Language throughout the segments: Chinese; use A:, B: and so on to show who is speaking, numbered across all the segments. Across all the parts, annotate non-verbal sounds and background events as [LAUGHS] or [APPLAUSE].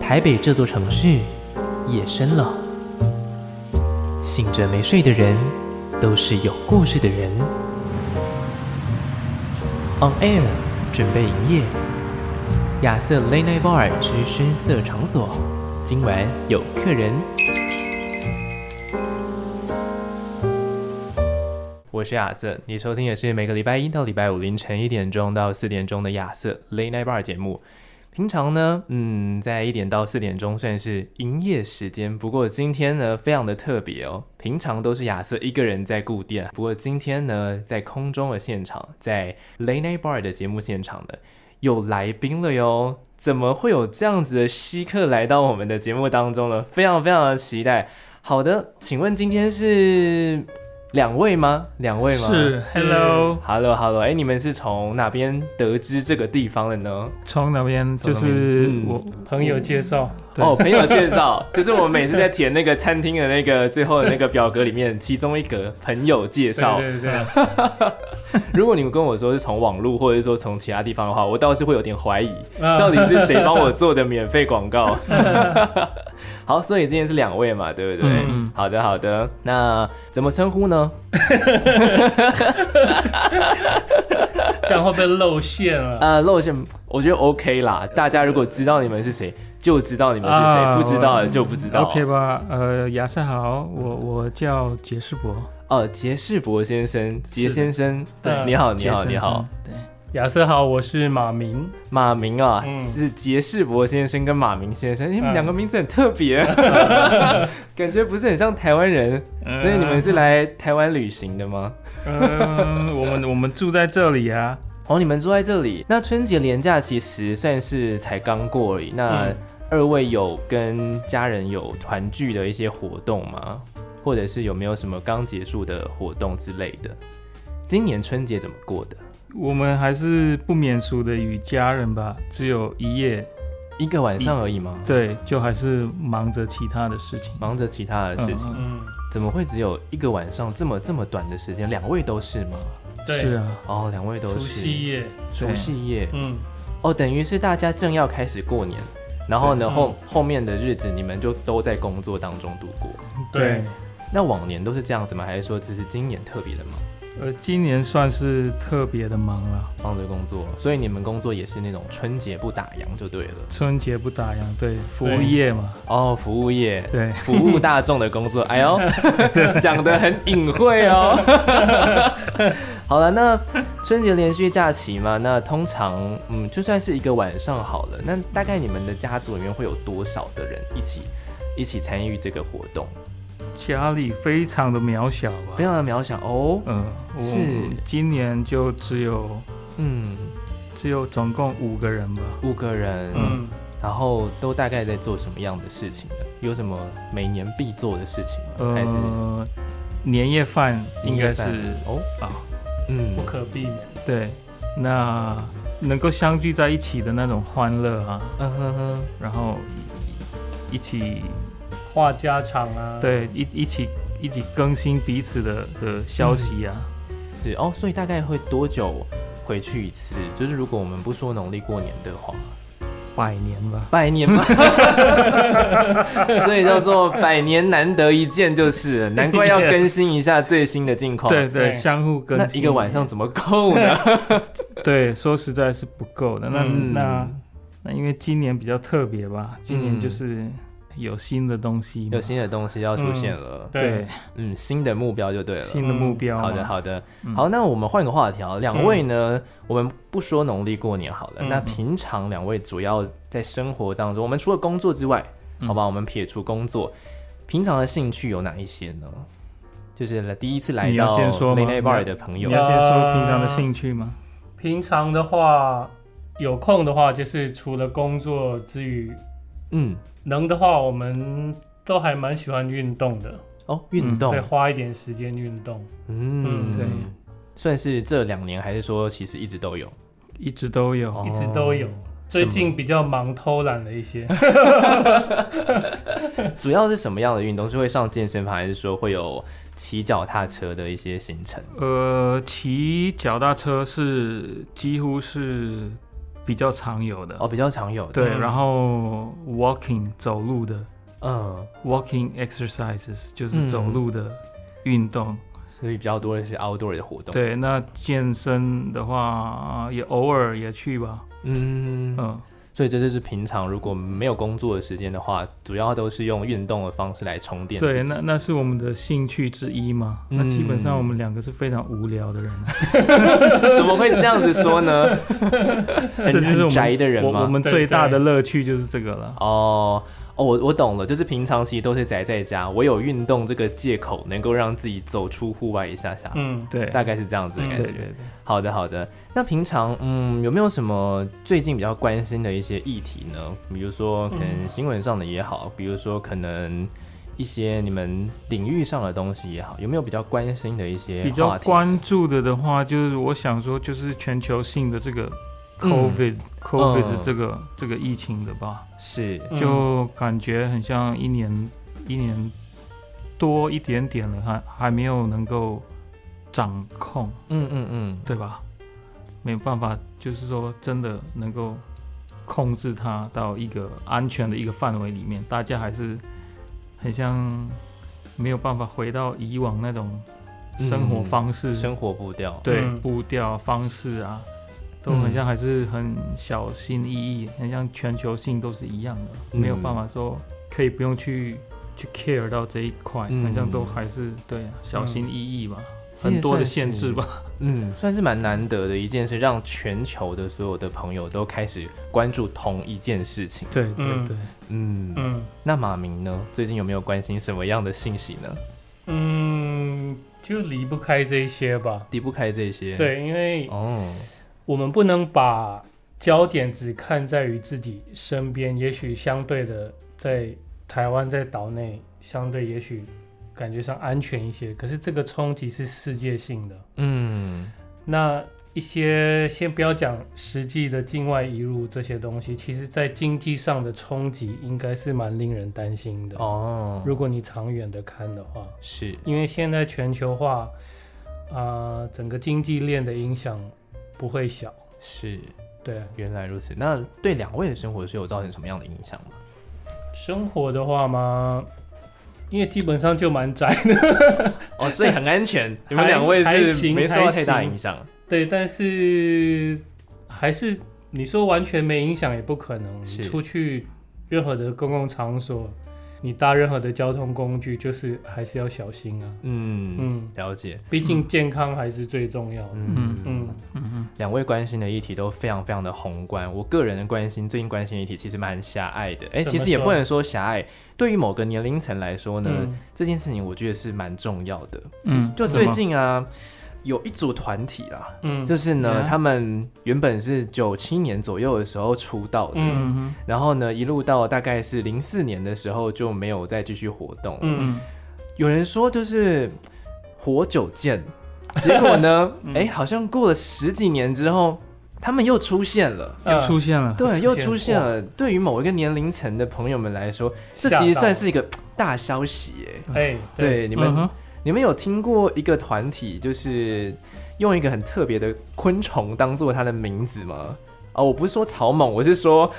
A: 台北这座城市，夜深了。醒着没睡的人，都是有故事的人。On Air 准备营业，亚瑟 Late Night Bar 之深色场所，今晚有客人。我是亚瑟，你收听也是每个礼拜一到礼拜五凌晨一点钟到四点钟的亚瑟 Late Night Bar 节目。平常呢，嗯，在一点到四点钟算是营业时间。不过今天呢，非常的特别哦。平常都是亚瑟一个人在顾店，不过今天呢，在空中的现场，在 Late Night Bar 的节目现场呢，有来宾了哟。怎么会有这样子的稀客来到我们的节目当中呢？非常非常的期待。好的，请问今天是两位吗？两位吗？
B: 是，Hello，
A: Hello Hello，哎、你们是从哪边得知这个地方的呢？
B: 从那边就是
A: 从那边嗯
B: 我
C: 朋友介绍，
B: 对
A: 哦，朋友介绍， [LAUGHS] 就是我们每次在填那个餐厅的那个最后的那个表格里面，其中一格朋友介绍。
C: 对对对， [LAUGHS]
A: 如果你们跟我说是从网络或者说从其他地方的话，我倒是会有点
B: [LAUGHS]
A: 怀疑，
C: 啊
A: 到底是谁帮我做的免费广告？ [LAUGHS] 好，所以今天是两位嘛，对不对？
B: 嗯嗯
A: 好的，好的。那怎么称呼呢？
C: 这样会不会露馅啊
B: [LAUGHS]
C: 了？
A: 呃，露馅，我觉得 OK 啦。大家如果知道你们是谁，就知道你们是谁；
B: 啊
A: 不知道的就不知道。
B: OK 吧？呃，亚瑟好，我我叫杰世博，
A: 哦，杰士博先生，杰先生，对，
C: 嗯
A: 你好，你
B: 杰
A: 好，
B: 先
A: 你好
B: 生，，对，
C: 亚瑟好，我是马明，
A: 马明啊，
C: 嗯
A: 是杰士博先生跟马明先生，你们
C: 嗯
A: 两个名字很特
C: [LAUGHS]
A: 别，感觉不是很像台湾人，
C: 嗯
A: 所以你们是来台湾旅行的吗？
B: [LAUGHS] 嗯，我们我们住在这里啊，
A: 哦，你们住在这里，那春节连假其实算是才刚过而已，那
C: 嗯
A: 二位有跟家人有团聚的一些活动吗？或者是有没有什么刚结束的活动之类的？今年春节怎么过的？
B: 我们还是不免俗的与家人吧，只有一夜，
A: 一个晚上而已
C: 嗯
A: 吗？
B: 对，就还是忙着其他的事情。
A: 忙着其他的事情，
B: 嗯
C: 嗯，
A: 怎么会只有一个晚上这么这么短的时间？两位都是吗？
C: 对，
B: 是啊，
A: 哦，两位都是
C: 除夕夜，
A: 除夕夜
C: 嗯，
A: 哦，等于是大家正要开始过年，然后呢
C: 对
A: 后后面的日子你们就都在工作当中度过。
C: 对，
A: 那往年都是这样子吗？还是说这是今年特别的忙，
B: 呃，今年算是特别的忙了，
A: 忙着工作？所以你们工作也是那种春节不打烊就对了。
B: 春节不打烊，对，服务
C: 对
B: 业嘛，
A: 哦，服务业，
B: 对，
A: 服务大众的工作。哎
B: [LAUGHS]
A: 呦，讲得很隐晦哦。 [LAUGHS] 好了，那春节连续假期嘛，那通常嗯，就算是一个晚上好了，那大概你们的家族里面会有多少的人一起一起参与这个活动？
B: 嗯家里非常的渺小吧
A: 非，常的渺小哦，
B: 嗯，我
A: 是
B: 今年就只有
A: 嗯，
B: 只有总共五个人吧。
A: 五个人，
C: 嗯，
A: 然后都大概在做什么样的事情呢？有什么每年必做的事情吗？还是
B: 呃，年夜饭应该是
A: 年夜饭哦，
B: 啊、
A: 嗯
C: 不，可避免，
B: 对，那能够相聚在一起的那种欢乐啊，
A: 嗯哼哼，
B: 然后一起
C: 话家常啊，，
A: 嗯
B: 对一一起一起更新彼此的的消息啊，
A: 是哦，所以大概会多久回去一次？就是如果我们不说农历过年的话，
B: 百年吧。
A: [LAUGHS] 百年嘛， [LAUGHS] 所以叫做百年难得一见，就是了难怪要更新一下最新的近况。
B: [LAUGHS] 对对，
C: 对
B: 相互更
A: 那
B: 新
A: 一个晚上怎么够呢？
B: [LAUGHS] 对，说实在是不够的。那、
C: 嗯
B: 那那因为今年比较特别吧，今年
A: 嗯
B: 就是有新的东西嘛，
A: 有新的东西要出现了，
B: 对
C: 对
A: 嗯，新的目标就对了。
B: 新的目标嘛、
A: 好的，好的，
B: 嗯
A: 好，那我们换个话题啊，两位呢，我们不说农历过年好了，
C: 嗯
A: 那平常两位主要在生活当中，我们除了工作之外，
B: 嗯
A: 好吧，我们撇除工作，平常的兴趣有哪一些呢？就是来第一次来
B: 你
A: 到
B: 要先说吗
A: Late Night Bar 的朋友
B: 你要先说平常的兴趣吗？
C: 平常的话，有空的话，就是除了工作之余，
A: 嗯，
C: 能的话，我们都还蛮喜欢运动的，
A: 哦，运动
C: 嗯对，，花一点时间运动，
A: 嗯，
C: 嗯
B: 对
A: 算是这两年，还是说其实一直都有？
B: 一直都有。
A: 哦
C: 一直都有。最近比较忙，偷懒了一些。
A: 主要是什么样的运动？是会上健身房，还是说会有骑脚踏车的一些行程？
B: 呃，骑脚踏车是几乎是比较常有的。
A: 哦，比较常有的。
B: 对，
C: 嗯
B: 然后 walking 走路的
A: 嗯，
B: walking exercises 就是
A: 嗯
B: 走路的运动。
A: 所以比较多的是 outdoor 的活动。，
B: 对，那健身的话也偶尔也去吧。
A: 嗯，
B: 嗯，
A: 所以这就是平常如果没有工作的时间的话，主要都是用运动的方式来充电自己。
B: 对，那那是我们的兴趣之一嘛。那基本上
A: 嗯
B: 我们两个是非常无聊的人啊，
A: [LAUGHS] 怎么会这样子说
B: [LAUGHS]
A: 呢？ [LAUGHS] 很
B: 这就是
A: 很
B: 我们
A: 宅的人
B: 我
A: 吗？
B: 我们
C: 对
B: 最大
C: 对
B: 的乐趣就是这个了。
A: 哦哦，我我懂了，就是平常其实都是宅在家，我有运动这个借口，能够让自己走出户外一下下，
C: 嗯，
B: 对，
A: 大概是这样子的感
B: 对
A: 觉。
B: 对对。
A: 好的好的，那平常嗯有没有什么最近比较关心的一些议题呢？比如说可能新闻上的也好，比如说可能。一些你们领域上的东西也好，有没有比较关心的一些
B: 比较
A: 话题？
B: 关注的的话，就是我想说，就是全球性的这个
A: 嗯
B: COVID、COVID 的这个、这个疫情的吧，
A: 是，
C: 嗯
B: 就感觉很像一年一年多一点点了，还还没有能够掌控，
A: 嗯嗯嗯，
B: 对吧？没有办法，就是说真的能够控制它到一个安全的一个范围里面，大家还是很像没有办法回到以往那种生活
A: 嗯
B: 方式。
A: 生活步调，
B: 对、
C: 嗯
B: 步调、方式啊，都
A: 嗯
B: 很像，还是很小心翼翼，很像全球性都是一样的，
A: 嗯
B: 没有办法说可以不用去去 care 到这一块，
A: 嗯
B: 很像都还是对啊小心翼翼吧，
A: 其实
B: 很多的
A: 算
B: 限
A: 是
B: 制吧，
A: 嗯，算是蛮难得的一件事，让全球的所有的朋友都开始关注同一件事情。
B: 对对
C: 嗯
B: 对，
A: 嗯，
C: 嗯
A: 那马明呢？最近有没有关心什么样的信息呢？
C: 嗯，就离不开这一些吧。
A: 离不开这些。，
C: 对，因为
A: 哦，
C: 我们不能把焦点只看在于自己身边，也许相对的，在台湾在岛内相对也许感觉上安全一些，可是这个冲击是世界性的。
A: 嗯
C: 那一些先不要讲实际的境外移入这些东西，其实在经济上的冲击应该是蛮令人担心的。
A: 哦，
C: 如果你长远的看的话，
A: 是
C: 因为现在全球化，啊、整个经济链的影响不会小。
A: 是，
C: 对，啊
A: 原来如此。那对两位的生活是有造成什么样的影响吗？
C: 生活的话嘛，因为基本上就蛮窄的，
A: 哦，所以很安 [LAUGHS] 全，你们
C: 还
A: 两位
C: 还
A: 是
C: 行
A: 没受到
C: 还
A: 太大
C: 行
A: 影响。
C: [LAUGHS] 对，但是还是你说完全没影响也不可能。
A: 是
C: 你出去任何的公共场所，你搭任何的交通工具，就是还是要小心啊。
A: 嗯，
C: 嗯，
A: 了解。
C: 毕竟健康还是最重要的。
A: 嗯
C: 嗯
B: 嗯嗯，
A: 两位关心的议题都非常非常的宏观。我个人的关心，最近关心的议题其实蛮狭隘的。哎、
C: 怎
A: 其
C: 么
A: 实也
C: 说
A: 不能说狭隘，对于某个年龄层来说呢，
C: 嗯
A: 这件事情我觉得是蛮重要的。
B: 嗯
A: 就是最
B: 吗
A: 近啊，有一组团体啦，
C: 嗯
A: 就是呢，
B: Yeah
A: 他们原本是九七年左右的时候出道的，
C: 嗯
B: 嗯哼
A: 然后呢，一路到大概是零四年的时候就没有再继续活动了。
C: 嗯，
A: 有人说就是活久
C: [LAUGHS]
A: 见，结果呢，
C: 嗯
A: 哎、好像过了十几年之后，他们又出现了。
B: 又
C: 呃
B: 出现了，
A: 对，又
C: 现
A: 出现了。对于某一个年龄层的朋友们来说，这
C: 吓
A: 其实
C: 到
A: 算是一个大消息耶。
C: 哎，对，
A: 对，你们、
B: 嗯
A: [LAUGHS]
B: 哼
A: 你们有听过一个团体，就是用一个很特别的昆虫当做它的名字吗？哦，我不是说草蜢，我是 [LAUGHS] 说，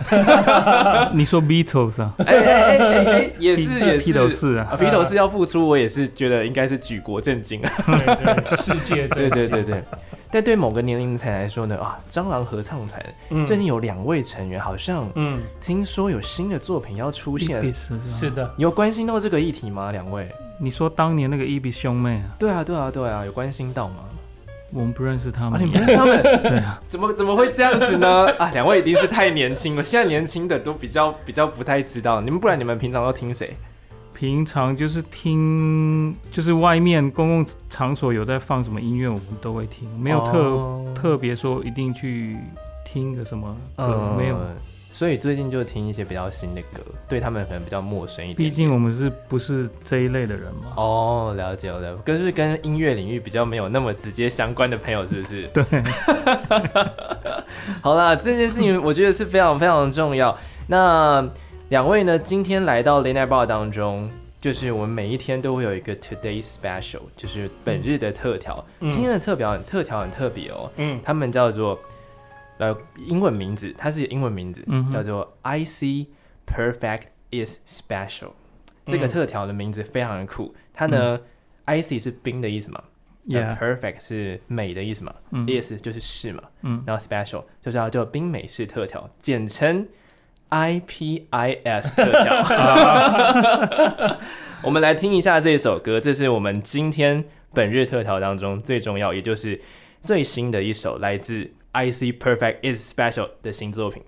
B: 你说 Beatles 啊，
A: 哎哎哎哎哎，也 [LAUGHS] 是也
B: 披头
A: 是，
B: 士啊，
A: 啊，披头士要复出，我也是觉得应该是举国震惊啊。
C: 对对，世界
A: [LAUGHS] 对
C: 最
A: 对对对，但对某个年龄层来说呢，啊，蟑螂合唱团、
C: 嗯
A: 最近有两位成员好像
C: 嗯，
A: 听说有新的作品要出 [LAUGHS] 现，
B: Ibis
C: 是
B: 是吧，
C: 的，
A: 你有关心到这个议题吗？两位？
B: 你说当年那个 Ibis 兄妹啊，
A: 对啊，对啊，对啊，有关心到吗？
B: 我们不认识他
A: 啊，
B: 们
A: 你，们不是
B: [LAUGHS]
A: 他们
B: 对啊，
A: 怎么怎么会这样子呢？啊，两位一定是太年轻了，现在年轻的都比较比较不太知道，你们不然你们平常都听谁？
B: 平常就是听，就是外面公共场所有在放什么音乐，我们都会听，没有特、
A: 哦
B: 特别说一定去听个什么
A: 呃
B: 歌，没有。。
A: 所以最近就听一些比较新的歌，对他们可能比较陌生一点。
B: 毕竟我们是不是这一类的人嘛？
A: 哦，了解了解，可是跟音乐领域比较没有那么直接相关的朋友，是不是？
B: 对，
A: [LAUGHS] 好啦，这件事情我觉得是非常非常重要。那两位呢，今天来到 l a n i Bar 当中，就是我们每一天都会有一个 Today Special，就是本日的特调。
C: 嗯
A: 今天的特调很特调很特别哦，
C: 嗯
A: 他们叫做呃英文名字，它是英文名字，
B: 嗯哼
A: 叫做 I C Perfect is Special。这个
C: 嗯
A: 特调的名字非常的酷，它呢、i C 是冰的意思嘛那呃
B: Yeah，
A: perfect 是美的意思嘛、
B: 嗯
A: i s 就是是嘛，
B: 嗯，
A: 然后 special 就是要叫冰美式特调，简称 IPIS 特调。 [LAUGHS] 我们来听一下这首歌，这是我们今天本日特调当中最重要，也就是最新的一首，来自 IC Perfect Is Special 的新作品。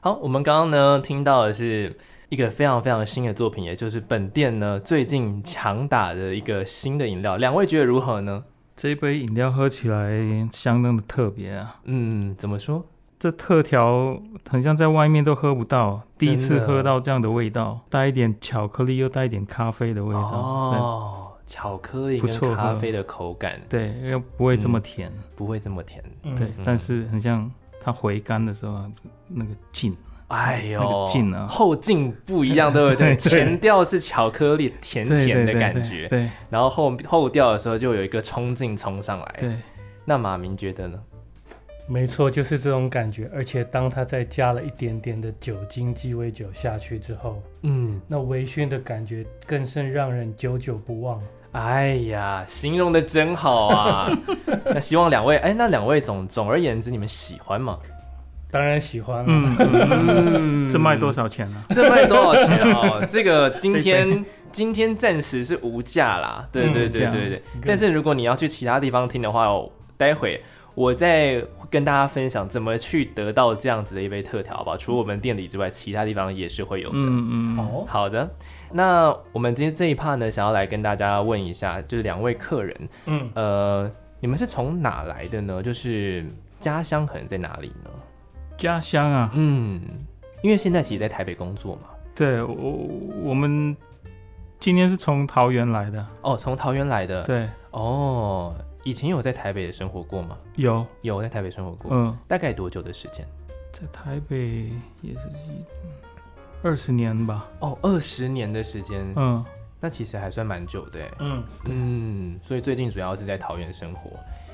A: 好，我们刚刚呢听到的是一个非常非常新的作品，也就是本店呢最近强打的一个新的饮料，两位觉得如何呢？
B: 这一杯饮料喝起来相当的特别啊，
A: 嗯，怎么说？
B: 这特调很像在外面都喝不到，第一次
A: 真的
B: 喝到这样的味道，带一点巧克力又带一点咖啡的味道，是
A: 哦，巧克力
B: 不
A: 跟
B: 错
A: 咖
B: 喝
A: 啡的口感
B: 对，又不会这么甜，
A: 不会这么甜。
C: 嗯
B: 对
A: 嗯，
B: 但是很像它回甘的时候啊那个劲，
A: 哎呦，
B: 那个劲啊
A: 后劲不一样，对不对？
B: [LAUGHS] 对对
A: 前调是巧克力甜
B: 对
A: 甜的
B: 对对
A: 感
B: 对
A: 觉，
B: 对
A: 然后后后调的时候就有一个冲劲冲上来。
B: 对，
A: 那马明觉得呢？
C: 没错，就是这种感觉。而且当它再加了一点点的酒精鸡尾酒下去之后，
A: 嗯，
C: 那微醺的感觉更是让人久久不忘。
A: 哎呀，形容的真好
B: [LAUGHS]
A: 啊！那希望两位，哎，那两位总总而言之，你们喜欢吗？
C: 当然喜欢了，
A: 哎
B: 嗯，嗯
A: 嗯 [LAUGHS]
B: [LAUGHS] 这卖多少钱啊？
A: 这卖多少钱哦？这个今
B: 这
A: 天今天暂时是无价啦，对
C: 嗯
A: 对
B: 无
A: 对
B: 价
A: 对对。
C: 跟
A: 但是如果你要去其他地方听的话，我待会我再跟大家分享怎么去得到这样子的一杯特调，
C: 嗯
A: 好不好？除了我们店里之外，其他地方也是会有的。哦
B: 嗯嗯，
C: 好，
A: 好的，那我们今天这一趴呢，想要来跟大家问一下，就是两位客人，
C: 嗯，
A: 呃，你们是从哪来的呢？就是家乡可能在哪里呢？
B: 家乡啊，
A: 嗯，因为现在其实在台北工作嘛。
B: 对我我们今天是从桃园来的，
A: 哦，从桃园来的。
B: 对，
A: 哦，以前有在台北生活过吗？
B: 有，
A: 有在台北生活过，
B: 嗯，
A: 大概多久的时间？
B: 在台北也是二十年吧，
A: 哦，二十年的时间，
B: 嗯，
A: 那其实还算蛮久的欸。
C: 嗯，
A: 嗯，所以最近主要是在桃园生活。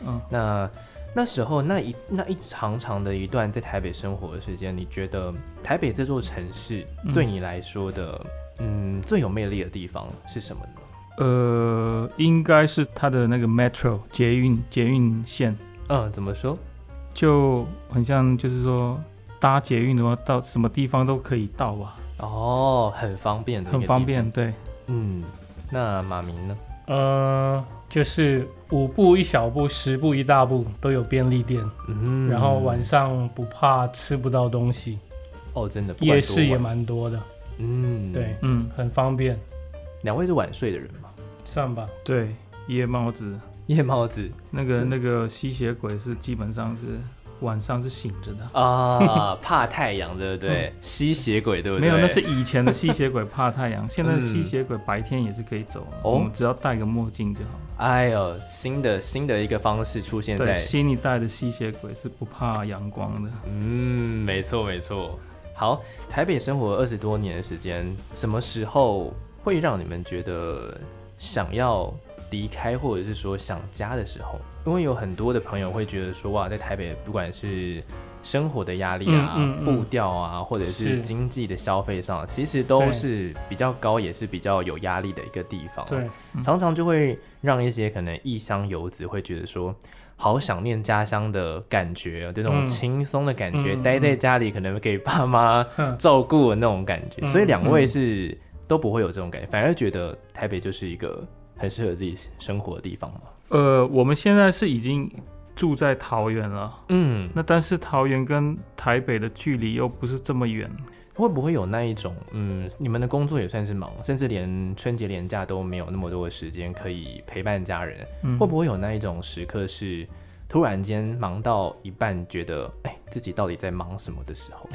B: 嗯，
A: 那那时候那一那一长长的一段在台北生活的时间，你觉得台北这座城市
B: 嗯
A: 对你来说的，嗯，最有魅力的地方是什么呢？
B: 呃，应该是它的那个 metro 捷运捷运线，
A: 嗯，怎么说？
B: 就很像就是说搭捷运的话，到什么地方都可以到吧，
A: 哦，很方便的，
B: 很方便，。对，
A: 嗯，那马明呢？
C: 呃，就是五步一小步，十步一大步，都有便利店。
A: 嗯，
C: 然后晚上不怕吃不到东西，
A: 哦，真的不管
C: 夜
A: 多
C: 市也
A: 晚
C: 蛮多的，
A: 嗯，
C: 对，，
B: 嗯，
C: 很方便，
A: 两位是晚睡的人
C: [LAUGHS]
A: 吗？
C: 算吧。
B: 对，夜猫子
A: 夜猫子
B: 那
A: 是
B: 个那个吸血鬼是基本上是晚上是醒着的。
A: 啊，怕太阳，对不
C: [LAUGHS] 嗯
A: 对？吸血鬼，对不
B: 没
A: 对？
B: 有，那是以前
A: [LAUGHS]
B: 的吸血鬼怕太阳，现在的
A: 嗯
B: 吸血鬼白天也是可以走啊，
A: 哦
B: 我们只要戴个墨镜就好了。
A: 哎呦，新的新的一个方式出现
B: 对，
A: 在，
B: 新一代的吸血鬼是不怕阳光的。
A: 嗯，没错没错。好，台北生活二十多年的时间，什么时候会让你们觉得想要离开，或者是说想家的时候？因为有很多的朋友会觉得说，哇，在台北不管是生活的压力啊、
C: 嗯嗯嗯
A: 步调啊，或者是
C: 是
A: 经济的消费上，其实都
C: 对
A: 是比较高，也是比较有压力的一个地方。啊
C: 对，
B: 嗯
A: 常常就会让一些可能异乡游子会觉得说，好想念家乡的感觉，这种
C: 嗯
A: 轻松的感觉，
C: 嗯
A: 待在家里可能给爸妈
C: 哼
A: 照顾的那种感觉。
C: 嗯
A: 所以两位是都不会有这种感觉，反而觉得台北就是一个很适合自己生活的地方嘛。
B: 呃，我们现在是已经住在桃园了，
A: 嗯，
B: 那但是桃园跟台北的距离又不是这么远，
A: 会不会有那一种，嗯，你们的工作也算是忙，甚至连春节连假都没有那么多的时间可以陪伴家人，
B: 嗯，
A: 会不会有那一种时刻是突然间忙到一半，觉得哎、自己到底在忙什么的时 [LAUGHS] 候，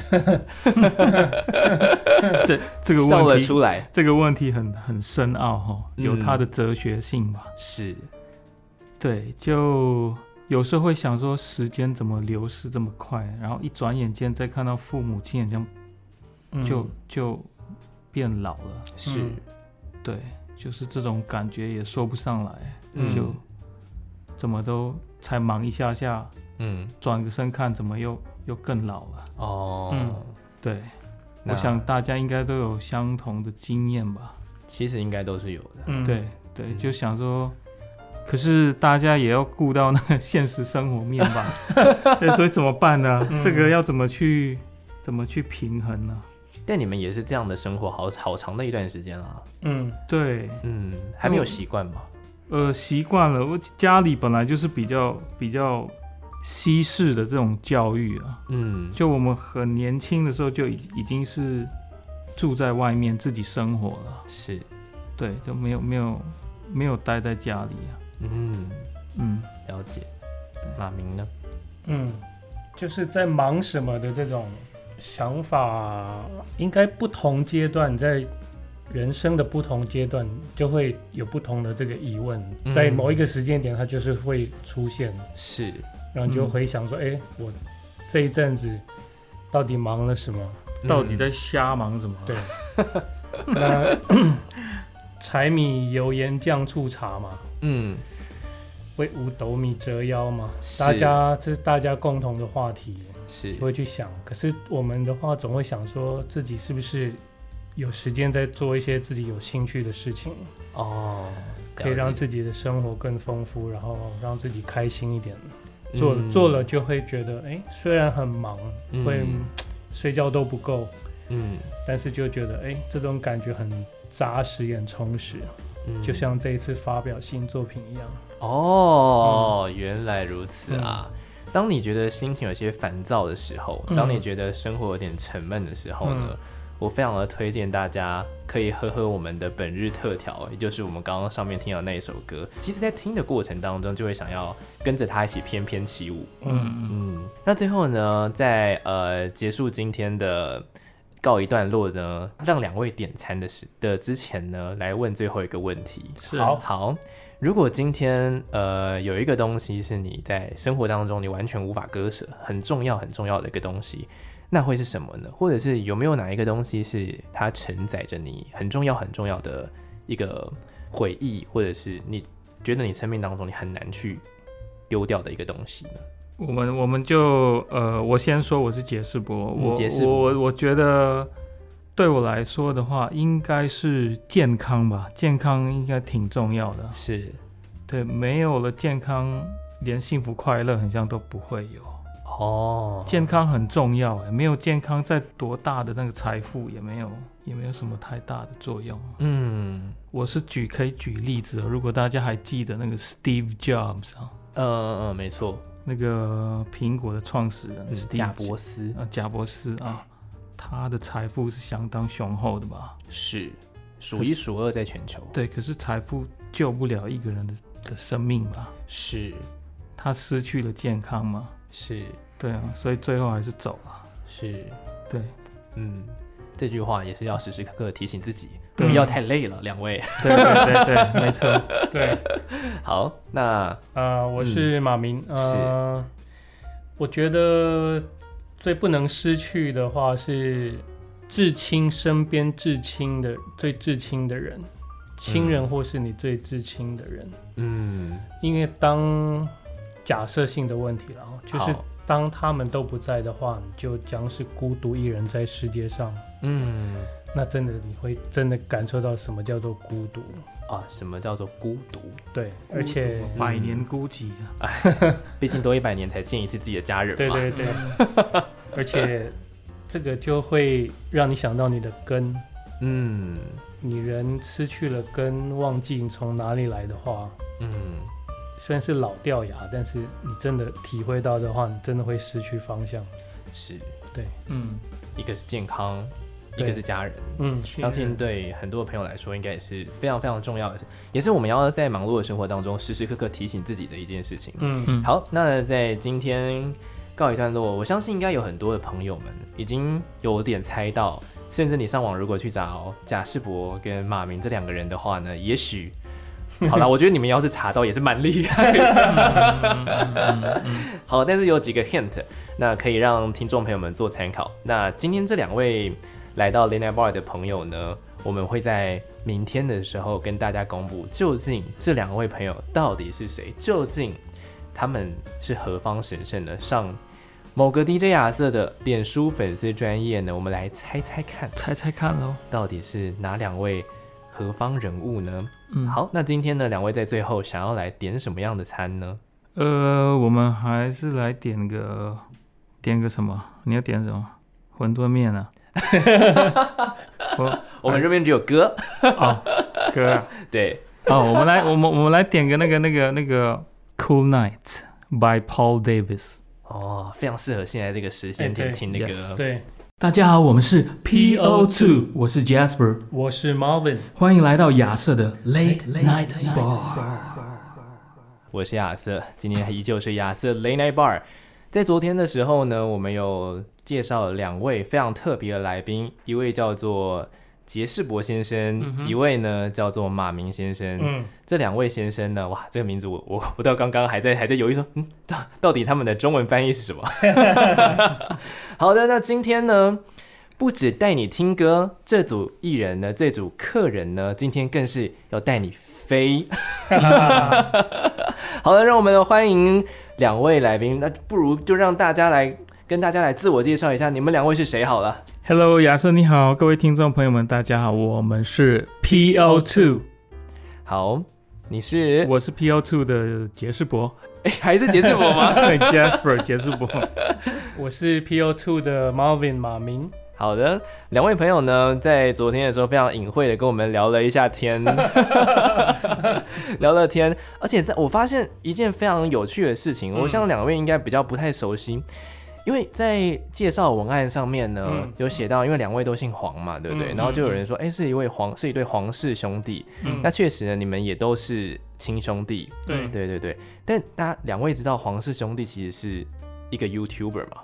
B: 这这个
A: 笑了
B: 问题，
A: 出来？
B: 这个问题很很深奥哈、哦，有
A: 嗯
B: 它的哲学性吧？
A: 是，
B: 对，就有时候会想说，时间怎么流逝这么快？然后一转眼间再看到父母亲，好像
C: 嗯
B: 就、就变老了。
A: 是，
C: 嗯
B: 对，就是这种感觉也说不上来，
A: 嗯
B: 就怎么都才忙一下下，
A: 嗯，
B: 转个身看，怎么又又更老了？
A: 哦，
C: 嗯
B: 对，
A: 那
B: 我想大家应该都有相同的经验吧？
A: 其实应该都是有的。
C: 嗯，
B: 对对，
A: 嗯
B: 就想说，可是大家也要顾到那个现实生活面吧？对，所以怎么办呢？
C: 嗯
B: 这个要怎么去怎么去平衡呢？
A: 但你们也是这样的生活好好长的一段时间了，啊
C: 嗯
B: 对，
A: 嗯，还没有习惯嘛？
B: 呃，习惯了，我家里本来就是比较比较西式的这种教育啊，
A: 嗯，
B: 就我们很年轻的时候就已已经是住在外面自己生活了，
A: 是，
B: 对，就没有没有没有待在家里啊。
A: 嗯，
B: 嗯，
A: 了解。马明呢？
C: 嗯，就是在忙什么的这种想法，应该不同阶段在人生的不同阶段就会有不同的这个疑问，
A: 嗯
C: 在某一个时间点它就是会出现，
A: 是，
C: 然后你就
B: 嗯
C: 回想说，哎、我这一阵子到底忙了什么？
B: 到底在瞎忙什么？
C: 对 [LAUGHS] 那 [COUGHS] 柴米油盐酱醋茶嘛，
A: 嗯，
C: 为五斗米折腰嘛，
A: 是
C: 大家这是大家共同的话题，
A: 嗯是
C: 就，会去想。可是我们的话，总会想说自己是不是有时间在做一些自己有兴趣的事情，
A: 哦，
C: 可以让
A: 了解
C: 自己的生活更丰富，然后让自己开心一点。做了做了，就会觉得，哎、虽然很忙，
A: 嗯
C: 会睡觉都不够，
A: 嗯
C: 但是就觉得，哎、这种感觉很扎实也很充实。
A: 嗯
C: 就像这一次发表新作品一样。
A: 哦，
C: 嗯
A: 原来如此啊。当你觉得心情有些烦躁的时候，
C: 嗯
A: 当你觉得生活有点沉闷的时候呢，
C: 嗯
A: 我非常的推荐大家可以喝喝我们的本日特调，也就是我们刚刚上面听到那一首歌。其实，在听的过程当中，就会想要跟着它一起翩翩起舞。
B: 嗯嗯
A: 嗯，那最后呢，在呃结束今天的告一段落呢，让两位点餐的时的之前呢，来问最后一个问题。
B: 是
C: 好
A: 好，如果今天呃有一个东西是你在生活当中你完全无法割舍，很重要很重要的一个东西，那会是什么呢？或者是有没有哪一个东西是它承载着你很重要很重要的一个回忆，或者是你觉得你生命当中你很难去丢掉的一个东西呢？
B: 我们我们就呃，我先说我是杰士博，
A: 嗯
B: 我
A: 杰士伯
B: 我我我觉得对我来说的话，应该是健康吧，健康应该挺重要的。
A: 是
B: 对，没有了健康，连幸福快乐好像都不会有。
A: 哦，
B: 健康很重要，哎，没有健康，再多大的那个财富也没有，也没有什么太大的作用。
A: 嗯
B: 我是举可以举例子哦，如果大家还记得那个 Steve Jobs 啊，
A: 嗯嗯，没错，
B: 那个苹果的创始人
A: 嗯
B: Steve
A: 贾伯斯
B: 啊，贾伯斯啊，他的财富是相当雄厚的吧？
A: 是数一数二在全球，
B: 对，可是财富救不了一个人的的生命吧？
A: 是
B: 他失去了健康嘛？
A: 是
B: 对啊，所以最后还是走了。
A: 是，
B: 对
A: 嗯，这句话也是要时时刻刻提醒自己，不
B: 对
A: 要太累了，两位。
B: 对对对对， [LAUGHS] 没错。
C: 对，
A: [LAUGHS] 好，那
C: 呃，我是
A: 嗯
C: 马明，呃，我觉得最不能失去的话是至亲身边至亲的最至亲的人，亲人或是你最至亲的人，
A: 嗯，
C: 因为当假设性的问题了哦，就是
A: 好
C: 当他们都不在的话，你就将是孤独一人在世界上。
A: 嗯
C: 那真的，你会真的感受到什么叫做孤独？
A: 啊，什么叫做孤独？
C: 对，而且，嗯
B: 百年孤寂啊，
A: 毕竟多一百年才见一次自己的家人
C: 对
A: 嘛。
C: 对对，而且这个就会让你想到你的根，
A: 嗯
C: 你人失去了根，忘记你从哪里来的话，
A: 嗯，
C: 虽然是老掉牙，但是你真的体会到的话，你真的会失去方向。
A: 是
B: 嗯，
A: 一个是健康，一个
C: 对
A: 是家人。
C: 嗯，
B: 亲
A: 相信
B: 人
A: 对很多朋友来说，应该也是非常非常重要的，也是我们要在忙碌的生活当中时时刻刻提醒自己的一件事情。
C: 嗯
B: 嗯，
A: 好，那在今天告一段落，我相信应该有很多的朋友们已经有点猜到，甚至你上网如果去找贾世博跟马明这两个人的话呢，也许。好啦，我觉得你们要是查到也是蛮厉害的。好，但是有几个 hint，那可以让听众朋友们做参考。那今天这两位来到 l i n a Bar 的朋友呢，我们会在明天的时候跟大家公布，究竟这两位朋友到底是谁，究竟他们是何方神圣呢？上某个 DJ 亚瑟的脸书粉丝专业呢，我们来猜猜看，
B: 猜猜看喽。
A: 到底是哪两位何方人物呢？
B: 嗯，
A: 好，那今天呢，两位在最后想要来点什么样的餐呢？
B: 呃，我们还是来点个点个什么？你要点什么？馄饨面啊？我
A: 我们这边只有哥， [LAUGHS]
B: 哦，哥啊，
A: 对，
B: [LAUGHS] 哦，我们来，我们我们来点个那个那个那个 Cool Night by Paul Davis。
A: 哦，非常适合现在这个时
C: 哎
A: 间
C: 对
A: 点听的歌。
B: yes
C: 对，
B: 大家好，我们是
C: PO2
B: 我是 Jasper，
C: 我是 Marvin，
B: 欢迎来到亚瑟的 Late Night Bar。
A: 我是亚瑟，今天依旧是亚瑟 Late Night Bar。在昨天的时候呢，我们有介绍了两位非常特别的来宾，一位叫做杰士伯先生，
B: 嗯哼
A: 一位呢叫做马明先生。
C: 嗯，
A: 这两位先生呢，哇，这个名字我我我到刚刚还在还在犹豫说，嗯，到到底他们的中文翻译是什么？ [LAUGHS] 好的，那今天呢，不止带你听歌，这组艺人呢，这组客人呢，今天更是要带你飞。 [LAUGHS] 好的，让我们欢迎两位来宾，那不如就让大家来跟大家来自我介绍一下，你们两位是谁好了。
B: Hello，亚瑟你好，各位听众朋友们，大家好，我们是 PO2，
A: 好，你是
B: 我是 PO2 的杰士伯，
A: 哎还是杰士伯吗？
B: 对，Jasper 杰士伯，
C: 我是 PO2 的 Marvin 马明，
A: 好的，两位朋友呢，在昨天的时候非常隐晦的跟我们聊了一下
C: [LAUGHS]
A: 天，聊了天，而且在我发现一件非常有趣的事情，
C: 嗯
A: 我想两位应该比较不太熟悉，因为在介绍文案上面呢，
C: 嗯
A: 有写到，因为两位都姓黄嘛，对不对？
C: 嗯
A: 然后就有人说，哎、是一位黄，是一对黄氏兄弟，
C: 嗯
A: 那确实呢，你们也都是亲兄弟，
C: 对
A: 对对对，但大家两位知道黄氏兄弟其实是一个 YouTuber 嘛，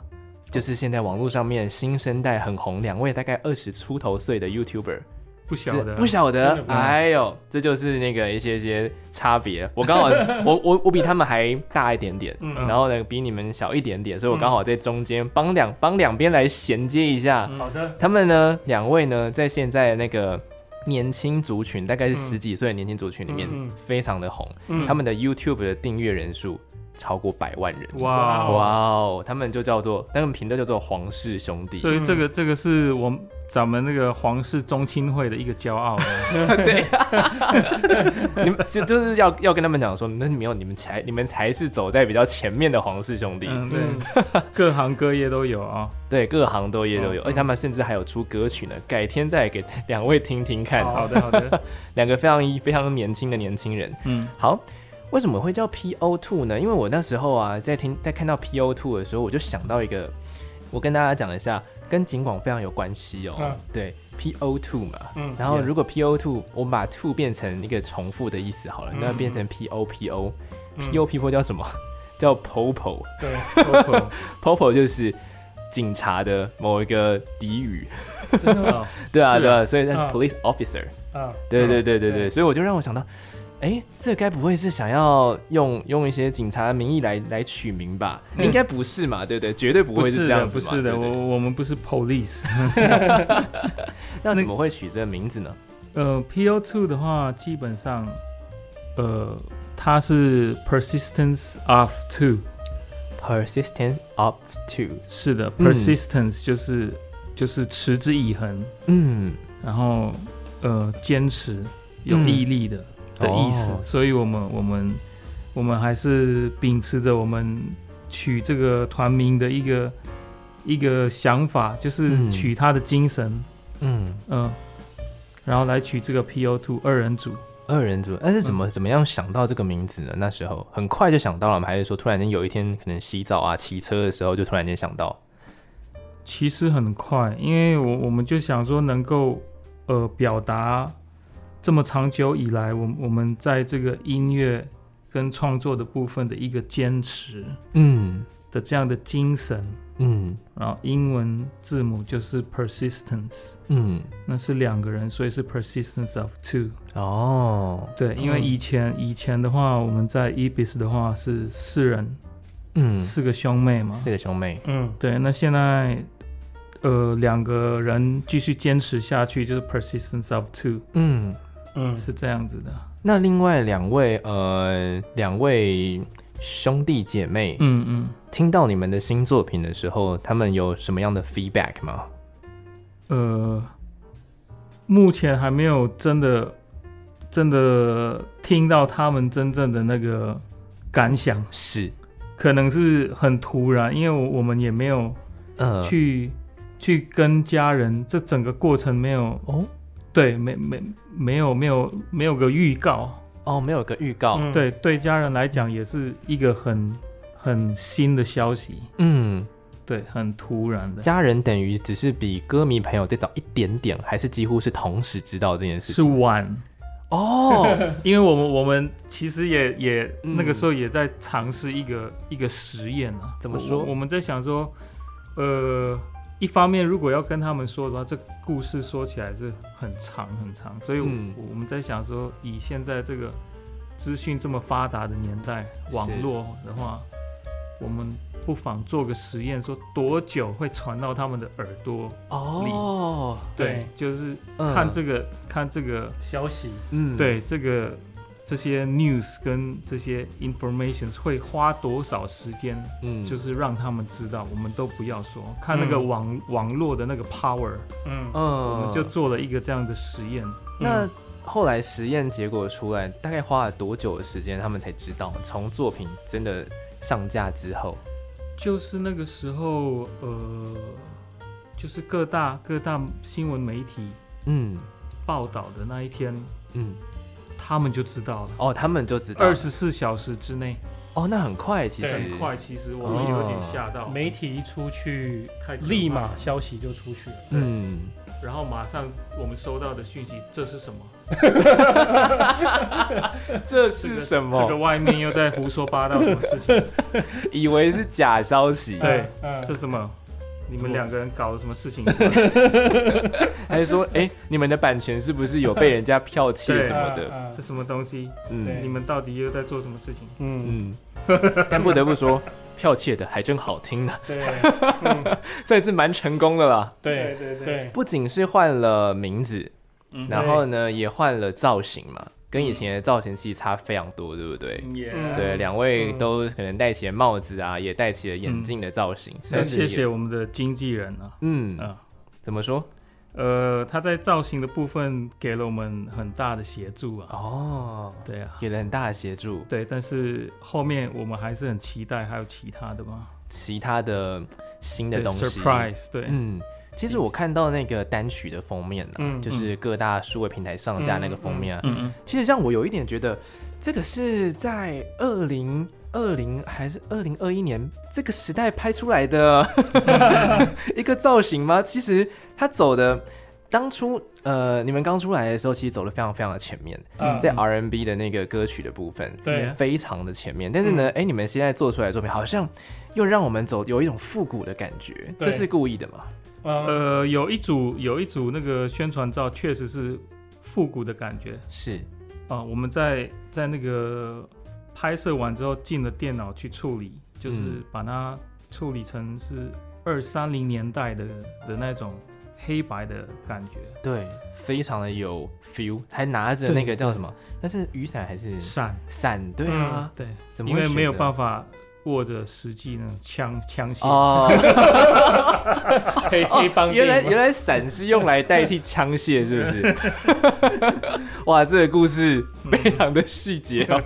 A: 就是现在网络上面新生代很红，两位大概二十出头岁的 YouTuber，
B: 不晓得，
A: 是不晓
C: 真
A: 得
C: 的，不晓得
A: 哎呦，这就是那个一些一些差别。我刚好我我我比他们还大一点点，
C: 嗯
A: 然后呢比你们小一点点，所以我刚好在中间帮两帮两边来衔接一下。
C: 好的，
A: 他们呢，两位呢，在现在那个年轻族群，大
B: 嗯
A: 概是十几岁的年轻族群里面，
C: 嗯嗯
A: 非常的红。
C: 嗯
A: 他们的 YouTube 的订阅人数超过百万人。
B: 哇
A: 哇哦，他们就叫做，他们频道叫做皇室兄弟。
B: 所以这个这个是我们咱们那个皇室宗亲会的一个骄傲啊，
A: [LAUGHS] 对 [LAUGHS] 呀、你们就就是要要跟他们讲说，那没有你们才你们才是走在比较前面的皇室兄弟。
B: 嗯，
C: 嗯
B: 对，各行各业都有啊，
A: 对，各行各业都有，
B: 嗯
A: 而且他们甚至还有出歌曲呢。改天再给两位听听看，
C: 好
B: 好的好的，
A: 两个非常非常年轻的年轻人。
B: 嗯，
A: 好，为什么会叫 PO two 呢？因为我那时候啊，在听在看到 PO two 的时候，我就想到一个，我跟大家讲一下，跟景广非常有关系哦。
C: 嗯
A: 对，PO two 嘛。
C: 嗯
A: 然后
B: Yeah
A: 如果 PO two，我们把 two 变成一个重复的意思好了，那
C: 嗯
A: 变成 PO PO。
C: 嗯
A: PO PO 叫什么？ [LAUGHS] 叫 POPO。
C: 对，
A: POPO 就是警察的某一个俚语。
C: 真的吗
A: 对啊，
B: 是啊
A: 对啊，所以那
C: 嗯
A: 是 police officer。
C: [LAUGHS] 啊，
A: 对对
B: 嗯
A: 对对
C: 对
A: 对，所以我就让我想到，哎，这该不会是想要用用一些警察的名义来来取名吧？
B: 嗯
A: 应该不是嘛，对不对？绝对不
B: 不
A: 会
B: 是
A: 这样
B: 的
A: 子嘛
B: 不是的，
A: 对对
B: 我我们不是 police。
A: 那怎么会取这个名字呢？
B: 呃，PO2 的话，基本上，呃，它是 persistence of two，
A: Persistence of two，
B: 是的
A: 嗯
B: ，persistence 就是、就是持之以恒，
A: 嗯，
B: 然后呃，坚持有
A: 嗯
B: 毅力的、的意思。
A: 哦
B: 所以我们我们我们还是秉持着我们取这个团名的一个一个想法，就是
A: 嗯
B: 取它的精神，
A: 嗯，
B: 嗯、然后来取这个 PO2 二人组。
A: 二人组，哎但是怎
B: 嗯
A: 么、怎么样想到这个名字呢？那时候很快就想到了吗？还是说突然间有一天可能洗澡啊、骑车的时候就突然间想到？
B: 其实很快，因为我我们就想说能够呃表达这么长久以来，我我们在这个音乐跟创作的部分的一个坚持
A: 嗯
B: 的这样的精神，
A: 嗯
B: 然后英文字母就是 persistence，
A: 嗯，
B: 那是两个人，所以是 persistence of two。
A: 哦，
B: 对，因为
A: 嗯
B: 以前、以前的话，我们在 E Ebis 的话是四人，
A: 嗯，
B: 四个兄妹嘛，
A: 四个兄妹，
C: 嗯
B: 对，那现在呃两个人继续坚持下去，就是 persistence of two、
A: 嗯。
C: 嗯，
B: 是这样子的。
A: 那另外两位，呃，两位兄弟姐妹，
B: 嗯嗯。
A: 听到你们的新作品的时候，他们有什么样的 feedback 吗？
B: 呃，目前还没有真的真的听到他们真正的那个感想，
A: 是，
B: 可能是很突然，因为我我们也没有
A: 呃，
B: 去、去跟家人，这整个过程没有
A: 哦
B: 对，没没没有没有没有个预告，
A: 哦，没有个预告，
C: 嗯
B: 对对，家人来讲也是一个很很新的消息，
A: 嗯，
B: 对，很突然的，
A: 家人等于只是比歌迷朋友再早一点点，还是几乎是同时知道这件事
B: 是
A: 情？
B: 晚。 [LAUGHS]
A: 哦，
B: 因为我们我们其实也也、
A: 嗯
B: 那个时候也在尝试一个一个实验啊。
A: 怎么说
B: 我我们在想说，呃，一方面如果要跟他们说的话，这故事说起来是很长很长，所以我,、
A: 嗯
B: 我们在想说，以现在这个资讯这么发达的年代，网络的话，我们不妨做个实验，说多久会传到他们的耳朵？
A: 哦，
C: 对，
B: 就是
A: 嗯
B: 看这个、看这个
C: 消息，
A: 嗯，
B: 对这个这些 news 跟这些 informations 会花多少时间，
A: 嗯，，
B: 就是是让他们知道，我们都不要说，看那个
C: 嗯
B: 网、网络的那个 power，、
C: 嗯，
A: 嗯，
B: 我们就做了一个这样的实验。
A: 那后来实验结果出来，大概花了多久的时间，他们才知道？从作品真的上架之后，
B: 就是那个时候，呃，就是各大各大新闻媒体
A: 嗯
B: 报道的那一天，
A: 嗯，
B: 他们就知道了。
A: 哦，他们就知道，
B: 二十四小时之内，
A: 哦，那很快，其
C: 对
A: 实
B: 很快，，其实我们有
A: 哦
B: 点吓到，
C: 媒体一出去，
B: 太可怕了
C: 立马消息就出去了。
A: 嗯，
B: 然后马上我们收到的讯息，这是什么？
A: 这
B: 这
A: 是
B: 个
A: 什么？
B: 这个外面又在胡说八道什么事 [LAUGHS] 情？
A: 以为是假消息，
B: 对
C: 嗯，
B: 这是
C: 嗯，
B: 什么？你
A: 怎
B: 们
A: 么
B: 两个人搞了什么事情？
A: 还是
B: [LAUGHS]
A: 说，哎、你们的版权是不是有被人家剽窃
B: 对
A: 什么的？
C: 嗯
B: 这什么东西？
A: 嗯
C: 对
B: 你们到底又在做什么事情？
C: 嗯，
A: 嗯，但不得不说，剽窃的还真好听呢、 [LAUGHS]
C: 对
A: 算是蛮成功的啦。
C: 对
B: 对，
C: 对，
A: 不仅是换了名字，
B: 嗯
A: 然后呢也换了造型嘛，跟以前的造型系差非常多，对不对？
B: 也
C: 嗯
A: 对，两位
C: 嗯
A: 都可能戴起了帽子啊，也戴起了眼镜的造型，
B: 嗯那
A: 算是
B: 谢
A: 也
B: 谢我们的经纪人啊，
A: 嗯，
B: 嗯，
A: 怎么说？
B: 呃，他在造型的部分给了我们很大的协助啊，
A: 哦，
B: 对啊，
A: 给了很大的协助。
B: 对，但是后面我们还是很期待还有其他的嘛，
A: 其他的新的
B: 对
A: 东西
B: ，surprise，对，
A: 嗯，其实我看到那个单曲的封面呢、啊
C: 嗯
A: 就是各大数位平台上架那个封面啊，
B: 嗯嗯，
A: 其实让我有一点觉得，这个是在二零二零还是二零二一年这个时代拍出来的
C: [LAUGHS]
A: 一个造型吗？其实他走的。当初，呃，你们刚出来的时候，其实走的非常非常的前面，
C: 嗯
A: 在 R N B 的那个歌曲的部分，
C: 对嗯
A: 非常的前面。但是呢，哎、你们现在做出来的作品，好像又让我们走有一种复古的感觉，
C: 对
A: 这是故意的吗？
C: 嗯，
B: 呃，有一组有一组那个宣传照，确实是复古的感觉
A: 是，
B: 啊。我们在在那个拍摄完之后，进了电脑去处理，就是
A: 嗯
B: 把它处理成是二三零年代的的那种黑白的感觉，
A: 对，非常的有 feel，还拿着那个叫什么？那是雨伞还是
B: 闪
A: 伞？对啊，
B: 对，
A: 怎么
B: 嗯因
A: 会
B: 为没有
A: 法
B: 办法握着实际呢枪
A: [LAUGHS]
B: 枪械，
A: 哦
C: 黑黑帮
A: 哦，原来
C: 电影
A: 原
C: 嘛
A: 来伞是用来代替枪械，是不是？ [LAUGHS] 哇，这个故事非常的细节哦。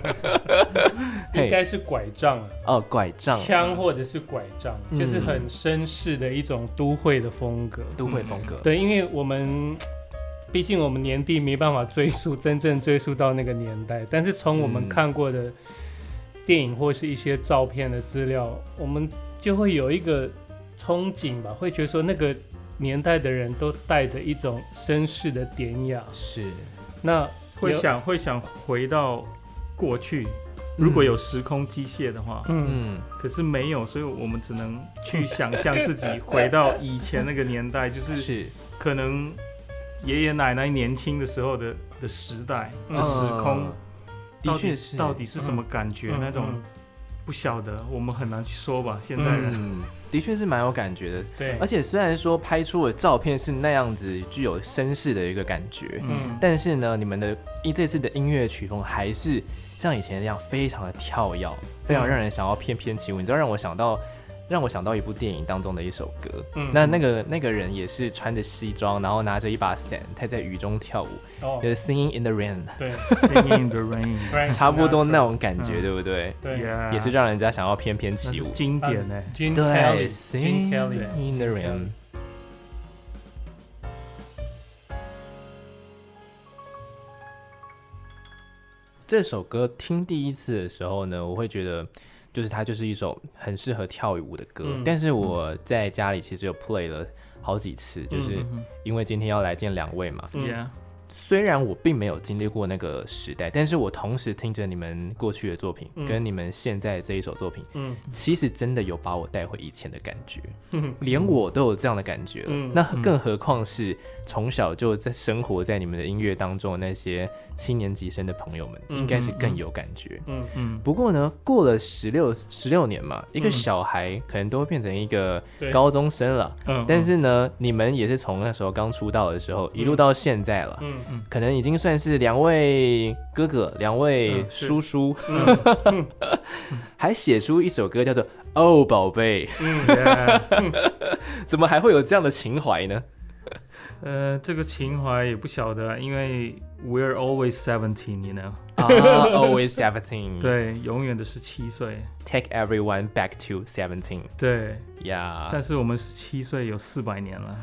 C: 应
A: 嘿，
C: 该是拐杖啊，
A: 哦，拐杖，
C: 枪或者是拐杖，
A: 嗯
C: 就是很绅士的一种都会的风格。
A: 都会风格，
C: 对，因为我们毕竟我们年纪没办法追溯，真正追溯到那个年代，但是从我
A: 嗯
C: 们看过的电影或是一些照片的资料，我们就会有一个憧憬吧，会觉得说那个年代的人都带着一种绅士的典雅。
A: 是。
C: 那
B: 会
C: 有
B: 想会想回到过去，如果
A: 嗯
B: 有时空机械的话，
C: 嗯，
A: 嗯，
B: 可是没有，所以我们只能去想象自己回到以前那个年代，就是
A: 嗯是
B: 可能爷爷奶奶年轻的时候的的时代、
C: 嗯
B: 的时空
A: 嗯，
B: 到
A: 的
B: 底
A: 确是
B: 到底是什么感觉？
C: 嗯
B: 那种
C: 嗯
B: 不晓得，我们很难去说吧。现代人
A: 嗯的确是蛮有感觉的。
C: 对
A: 而，且虽然说拍出的照片是那样子具有绅士的一个感觉，
C: 嗯，
A: 但是呢，你们的一这次的音乐曲风还是像以前一样非常的跳跃，非常让人想要翩翩起舞。你知道让我想到，让我想到一部电影当中的一首歌。
C: 嗯
A: 那那个那个人也是穿着西装，然后拿着一把伞，他在雨中跳舞，
C: 哦
A: 就是 Singing in the Rain，
C: 对
B: Singing in the rain，
C: ，Frank
A: [LAUGHS] 差不多
C: Sinatra
A: 那种感觉，
B: 嗯
A: 对不对？
C: [LAUGHS] 对
B: Yeah，
A: 也是让人家想要翩翩
B: 那
A: 起
B: 是
A: 舞。
B: 经典欸呢、
C: ，Jim
A: 对
C: Kelly，Jim Kelly，
A: ，Singing in the Rain。这首歌听第一次的时候呢，我会觉得，就是它就是一首很适合跳舞的歌。
C: 嗯
A: 但是我在家里其实有 play 了好几次，就是
B: 嗯
A: 因为今天要来见两位嘛。
C: 嗯
B: Yeah，
A: 虽然我并没有经历过那个时代，但是我同时听着你们过去的作品，
C: 嗯
A: 跟你们现在这一首作品，
C: 嗯
A: 其实真的有把我带回以前的感觉，
C: 嗯
A: 连我都有这样的感觉了。
C: 嗯
A: 那更何况是从小就在生活在你们的音乐当中的那些七年级生的朋友们，
C: 嗯
A: 应该是更有感觉。
C: 嗯
B: 嗯，
A: 不过呢，过了十六十六年嘛，一个
C: 嗯
A: 小孩可能都会变成一个
C: 对
A: 高中生了。
B: 嗯
A: 但是呢，你们也是从那时候刚出道的时候，一路到现在了，
C: 嗯
A: 可能已经算是两位哥哥、两位
B: 嗯是
A: 叔叔，
C: 嗯
A: 还写出一首歌叫做《哦宝贝》。
C: 嗯
B: Yeah，
A: 怎么还会有这样的情怀呢？
B: 呃，这个情怀也不晓得啊，因为 we're always seventeen，you know，
A: [LAUGHS] 啊、a l w a y s seventeen，
B: 对，永远都是七岁，
A: ，Take everyone back to seventeen，
B: 对，
A: 呀、
B: 但是我们十七岁有四百
A: [LAUGHS]
B: 年了，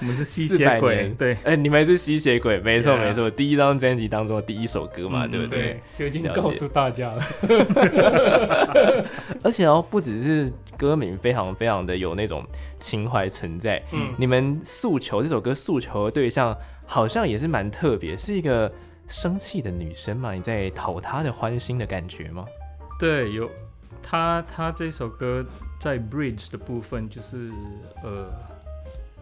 B: 我们是吸
A: 四百
B: 血鬼，
A: 年
B: 对，
A: 呃，你们是吸血鬼，没错
B: Yeah
A: 没错，第一张专辑当中的第一首歌嘛，
B: 嗯
A: 对不对？
C: 对，就已经
A: 了解
C: 告诉大家了，
A: 而且哦，不只是歌名非常非常的有那种情怀存在，
C: 嗯
A: 你们诉求这首歌诉求的对象好像也是蛮特别，是一个生气的女生嘛，你在讨她的欢心的感觉吗？
B: 对，有他他这首歌在 bridge 的部分就是呃，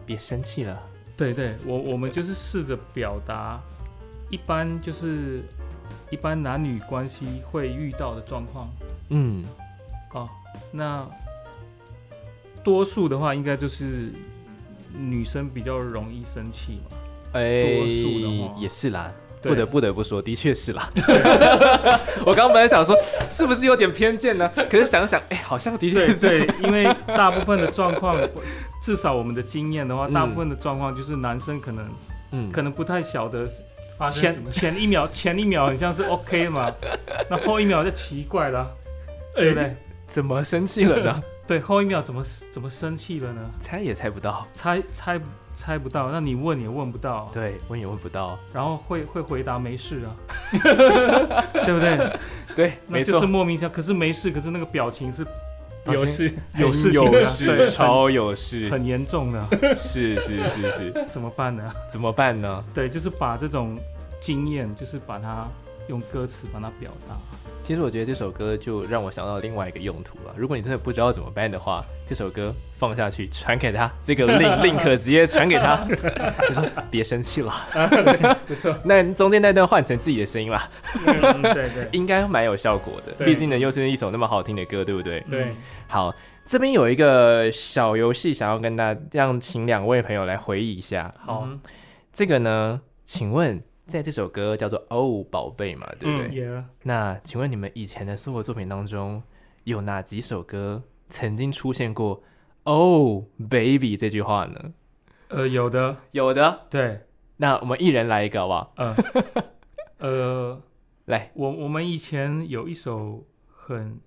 A: 别生气了，
B: 对对，我我们就是试着表达，一般就是一般男女关系会遇到的状况
A: 嗯，
B: 哦。那多数的话，应该就是女生比较容易生气嘛。
A: 哎、
B: 多数的话
A: 也是啦，
B: 对
A: 不得不得不说，的确是啦。 [LAUGHS] 我刚本来想说，是不是有点偏见呢？可是想想，哎、好像的确
B: [LAUGHS] 对
A: 是这样。 [LAUGHS]
B: 对，因为大部分的状况， [LAUGHS] 至少我们的经验的话，
A: 嗯
B: 大部分的状况就是男生可能
A: 嗯，
B: 可能不太晓得
C: 发生什
B: 前
C: 么？
B: 前一秒 [LAUGHS] 前一秒很像是 OK
A: [LAUGHS]
B: 嘛，那后一秒就奇怪了，对不对？
A: 怎么生气了呢？
B: 对，后一秒怎么怎么生气了呢？
A: 猜也猜不到，
B: 猜猜猜不到，那你问也问不到，
A: 对，问也问不到，
B: 然后会会回答没
A: [LAUGHS]
B: 事啊，对不对？
A: 对，
B: 那
A: 没
B: 就是
A: 错，
B: 莫名其妙，可是没事，可是那个表情是
C: 有事，
B: 有事情
A: 有
B: 的，
A: 事，
B: 对，很
A: 超有事，
B: 很严重的，
A: 是是是是，
B: 怎么办呢？
A: [LAUGHS] 怎么办呢？
B: 对，就是把这种经验，就是把它用歌词把它表 [LAUGHS] 达。
A: 其实我觉得这首歌就让我想到另外一个用途啊了。如果你真的不知道怎么办的话，这首歌放下去传给他，这个
C: [LAUGHS]
A: link link 直接传给他，你说别生气了。
C: 不错，
A: 那中间那段换成自己的声音啦，
B: [LAUGHS] 嗯对 [LAUGHS] 对
A: 应该蛮有效果的。
C: 对
A: 毕竟呢，又是一首那么好听的歌，对不对？
C: 对，
B: 嗯
A: 好，这边有一个小游戏，想要跟大家让请两位朋友来回忆一下。
B: 好，
A: 这个呢，请问在这首歌叫做《哦宝贝》嘛，对不对？
C: 嗯
B: 也、
A: 那请问你们以前的所有作品当中，有哪几首歌曾经出现过“哦 baby” 这句话呢？
B: 呃，有的，
A: 有的。
B: 对，
A: 那我们一人来一个好不好？
B: [LAUGHS] 呃，呃，
A: 来，
B: 我我们以前有一首很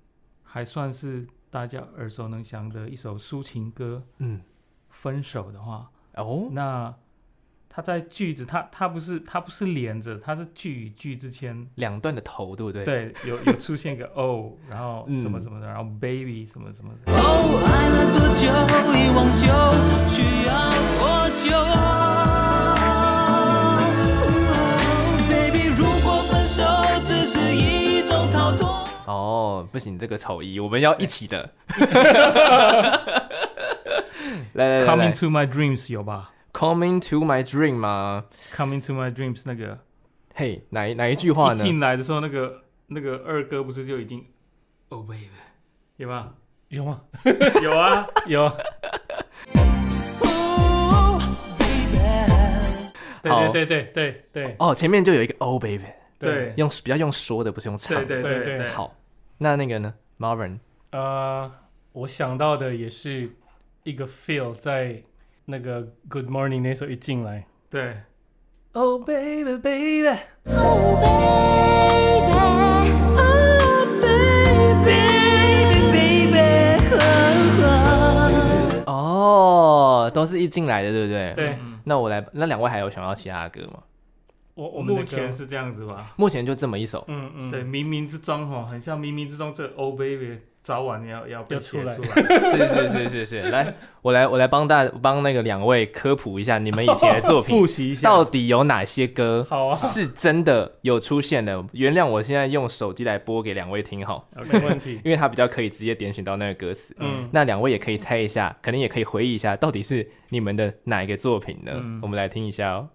B: 还算是大家耳熟能详的一首抒情歌，
A: 嗯，
B: 分手的话，
A: 哦，
B: 那它在句子，它它不是它不是连着，它是句与句之间。
A: 两段的头，对不对？。
B: 对，有有出现个 [LAUGHS] 哦，然后
A: 嗯
B: 什么什么的，然后 baby 什么什么的，
D: 哦，爱了多久，一往就需要多久？哦，baby，如果分手只是一种逃脱。
A: 哦，不行，这个丑一，我们要一起的。 [LAUGHS] 来来来
B: Coming
A: 来
B: to my dreams 有吧
A: ，Coming to my dream 吗？
B: ？Coming to my dreams 那个
A: 嘿、哪一哪一句话
B: 一
A: 呢？
B: 进来的时候，那个那个二哥不是就已经 oh baby 有吧？
C: 有吗？
B: 有
C: [LAUGHS]
B: 啊，
C: 有啊，
D: 哦，baby，
A: 好
C: 对对对对对对
A: 哦，前面就有一个 Oh baby，
B: 对
A: 用比较用说的，不是用唱
B: 对
A: 的。
B: 对
C: 对对
B: 对，
A: 好，那那个呢，Marvin，
C: 呃，我想到的也是一个 feel 在那个 Good Morning 那时候一进来，
B: 对，
A: Oh baby baby，
E: Oh baby, Oh,
D: 哦，baby，baby，
E: Oh,
A: 哦，都是一进来的，对不对？。
C: 对
B: 嗯
A: 那我来，那两位还有想到其他的歌吗？
C: 我我
B: 我
C: 们那
B: 目
C: 个
B: 前是这样子吧？
A: 目前就这么一
C: [LAUGHS]
A: 首。
C: 嗯嗯
B: 对，冥冥之中哈，很像冥冥之中这 O baby 早晚要要被
C: 要出
B: 写
C: 来
B: 出来。
A: 是是是是是，来，我来我来帮大帮那个两位科普一下，你们以前的作品
B: 复习一下，
A: 到底有哪些歌
C: 好啊
A: 是真的有出现的？原谅我现在用手机来播给两位听哈，
C: 没问题。
A: 因为它比较可以直接点选到那个歌词。
C: 嗯
A: 那两位也可以猜一下，可能也可以回忆一下，到底是你们的哪一个作品呢？
B: 嗯
A: 我们来听一下哦。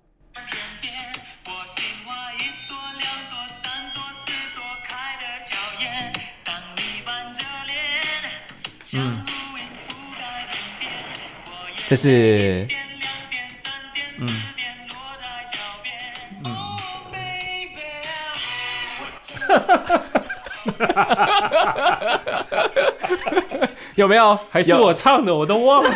D: 天边，我心花一朵、两朵、三朵、四朵开得娇艳。当你板着脸，像乌云覆盖天边，我眼
A: 这是
D: 点、两点、三点、四点落在脚边。哦，baby，我真的
A: 有没有？
C: 还是
A: 有
C: 我唱的，我都忘了，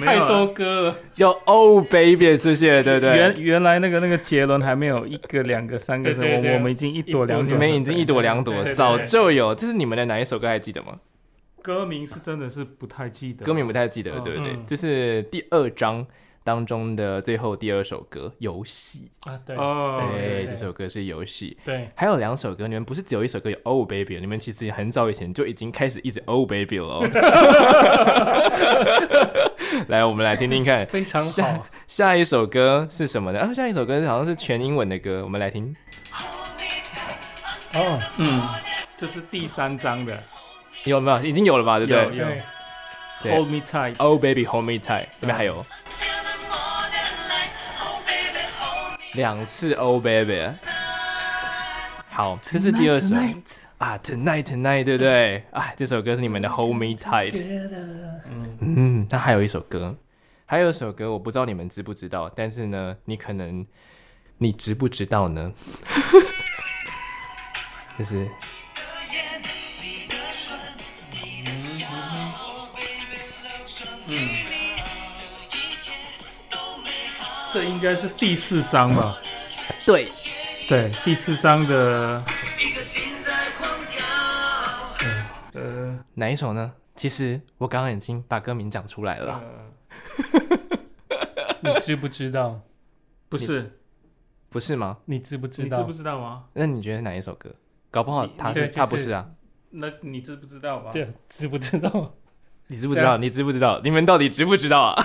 B: 没
C: [LAUGHS] 太
B: 有
C: 多
B: 啊
C: 歌了。
A: 有 Oh Baby 出现，对不对？
B: 原原来那个那个杰伦还没有一个两个三个，
C: 对对对
B: 我我们已经一朵
C: 一朵
B: 两
A: 你
B: 朵了，
A: 们已经一朵两朵
C: 对，对
A: 早就有。这是你们的哪一首歌还记得吗？
B: 歌名是真的是不太记得，
A: 歌名不太记得了，
B: 嗯
A: 对不对
C: 嗯？
A: 这是第二章当中的最后第二首歌《游戏
C: 啊，对》。
B: 哦，
A: 对，这
C: 对
A: 首歌是《游戏》。
C: 对，
A: 还有两首歌，你们不是只有一首歌有 Oh Baby，你们其实很早以前就已经开始一直 Oh Baby 了哦。 [LAUGHS] 来，我们来听听看，
C: 非常
A: 下
B: [LAUGHS]
C: 好。
A: [LAUGHS] 下一首歌是什么呢？啊，下一首歌好像是全英文的歌，我们来听。
D: hold me tight，
C: 哦，
B: 嗯，这是第三章的
A: 有没有？已经有了吧？对不对
B: 有
C: 对，
A: 对
B: ，Hold Me Tight，
A: ？Oh Baby Hold Me Tight，这边还有
D: till the morning light。Oh baby，hold me
A: 两次 Oh Baby。好，这是第二首啊，Tonight Tonight，对不对？啊，这首歌是你们的 Hold Me Tight。嗯，那还有一首歌，还有一首歌，我不知道你们知不知道，但是呢，你可能你知不知道呢？ [LAUGHS] 就是
B: 这应该是第四章吧？
A: 对，
B: 对，第四章的
D: 一个心在狂跳。
B: 呃
A: 哪一首呢？其实我刚刚已经把歌名讲出来了，
B: 呃，
C: 你知不知道？
B: 不是，
A: 不是吗？
C: 你知不知
B: 你知
C: 道
B: 不？知道吗？
A: 那你觉得哪一首歌？搞不好
B: 你
A: 他
C: 对
A: 是
C: 就是
A: 他不是啊？
B: 那你知不知道吧？
C: 对，知不知道？
A: 你知不知道？你知不知道？你们到底知不知道啊？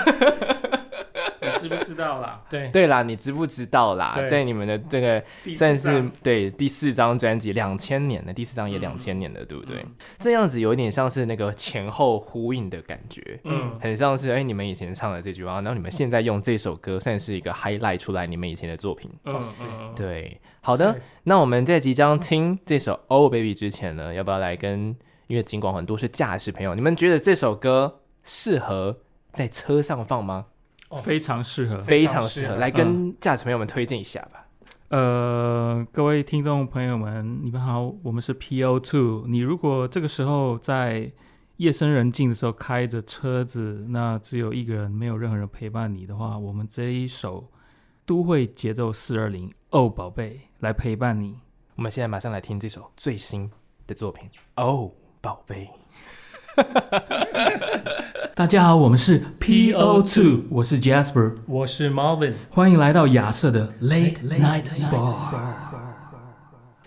B: 你知不知道啦？
C: 对，
A: [LAUGHS] 对啦，你知不知道啦？
C: 对
A: 在你们的这个
B: 第四
A: 算
B: 章
A: 是对第四张专辑，两千年的第四张也
B: 嗯
A: 两千年的，对不对
B: 嗯？
A: 这样子有点像是那个前后呼应的感觉，
C: 嗯
A: 很像是哎，你们以前唱的这句话，然后你们现在用这首歌算是一个 highlight 出来你们以前的作品。
B: 嗯嗯，嗯
A: 对，好的
C: 对，
A: 那我们在即将听这首《Oh Baby》之前呢，要不要来跟因为尽管很多是驾驶朋友，你们觉得这首歌适合在车上放吗？
C: 哦
B: 非常适合。嗯
A: 非
C: 非
A: 常
C: 常
A: 适
C: 适合
A: 合，来跟驾驶朋友们推荐一下吧。
B: 呃，各位听众朋友们，你们好，我们是 PO Two。你如果这个时候在夜深人静的时候开着车子，那只有一个人，没有任何人陪伴你的话，我们这一首都会节奏四二零哦，宝贝来陪伴你。
A: 我们现在马上来听这首最新的作品《哦，宝贝》。
B: 大家好，我们是
C: PO
B: Two，我是 Jasper，
C: 我是 Marvin，
B: 欢迎来到亚瑟的 Late Night Bar。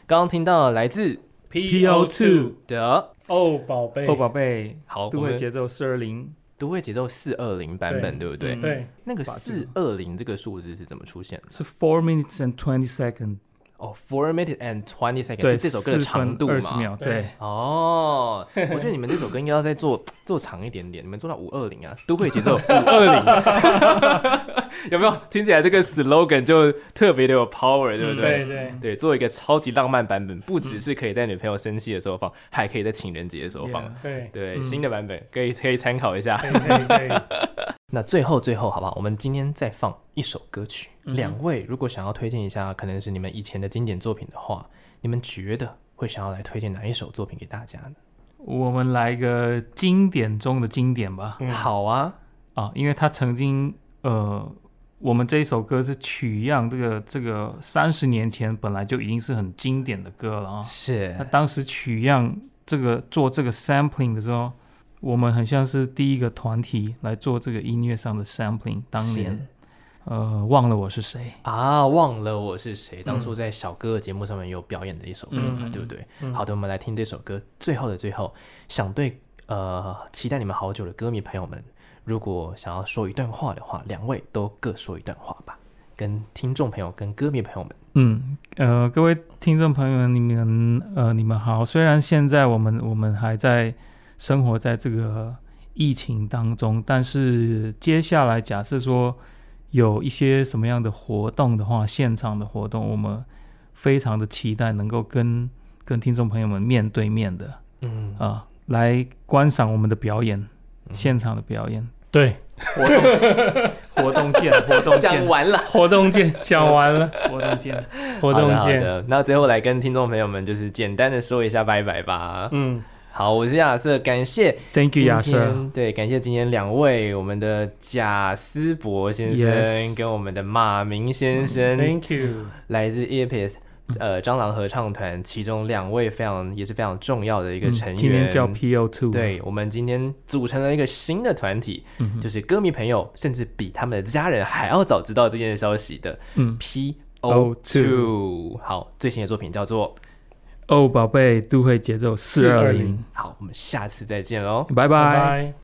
A: 刚刚听到来自
B: PO Two，
A: 的
C: 哦，宝贝，
B: 哦，宝贝，
A: 好
B: 都
A: 我
B: 会
A: 们
B: 节奏四二零，
A: 都会节奏四二零版本，对不对？
B: 嗯
C: 对，
A: 那个
B: 把这
A: 四
B: 个
A: 二零这个数字是怎么出现的？
B: 是 Four minutes and twenty second，
A: 哦，four minute and twenty seconds
B: 对，
A: 是这首歌的长度
B: 二十
A: 嘛？
B: 秒，对，
A: [LAUGHS] 哦，我觉得你们这首歌应该要 [LAUGHS] 再做做长一点点，你们做到五二零啊，都会节奏五二零， [LAUGHS] 有没有？听起来这个 slogan 就特别的有 power，对不
C: 对
A: 嗯对？
C: 对，
A: 对，做一个超级浪漫版本，不只是可以在女朋友生气的时候放，还可以在情人节的时候放。
B: Yeah
C: 对，
A: 对，
B: 嗯
A: 新的版本可以可以参考一下。
C: 可以可以可以。
A: 那最后最后，好不好？我们今天再放一首歌曲。
B: 嗯哼
A: 两位如果想要推荐一下，可能是你们以前的经典作品的话，你们觉得会想要来推荐哪一首作品给大家呢？
B: 我们来一个经典中的经典吧，
C: 嗯
A: 好啊，
B: 啊，因为他曾经呃，我们这一首歌是取样这个这个三十年前本来就已经是很经典的歌了啊。
A: 是
B: 那当时取样这个做这个 sampling 的时候，我们很像是第一个团体来做这个音乐上的 sampling。当
A: 是
B: 年呃，忘了我是谁，
A: 啊，忘了我是谁，当初在小哥的节目上面有表演的一首歌嘛，
B: 嗯
A: 对不对？
C: 嗯
A: 好的，我们来听这首歌。最后的最后，想对呃期待你们好久的歌迷朋友们，如果想要说一段话的话，两位都各说一段话吧，跟听众朋友、跟歌迷朋友们。
B: 嗯，呃，各位听众朋友们，你们呃，你们好。虽然现在我们我们还在生活在这个疫情当中，但是接下来假设说有一些什么样的活动的话，现场的活动，我们非常的期待能够跟跟听众朋友们面对面的
A: 嗯
B: 啊、，来观赏我们的表演，现场的
A: [LAUGHS]
B: 表演。
C: 对，
B: 活动活动见，活动
A: 嗯讲
B: 见，
A: 完了。
C: 活动见讲完了，
B: 活动见。
C: 活
A: 好
C: 动
A: 的好
C: 见。
A: 的，那最后来跟听众朋友们就是简单的说一下拜拜吧。
C: 嗯，
A: 好，我是亚瑟，感谢
B: Thank
A: 今
B: you，亚瑟。
A: 天对，感谢今天两位，我们的贾思博先生
B: Yes 嗯哎
A: 跟我们的马明先生
C: Thank you，
A: 来自 EPS 呃蟑螂合唱团，其中两位非常也是非常重要的一个
B: 嗯
A: 成员。
B: 今天叫 PO Two，，
A: 对我们今天组成了一个新的团体，
B: 嗯哼
A: 就是歌迷朋友，甚至比他们的家人还要早知道这件消息的
B: 嗯
A: P O
B: O
A: Two。好，最新的作品叫做
B: 哦，宝贝，都会节奏四二
C: 420
B: 零，
A: 好，我们下次再见喽。
B: 拜
C: 拜
B: 拜。
C: 拜。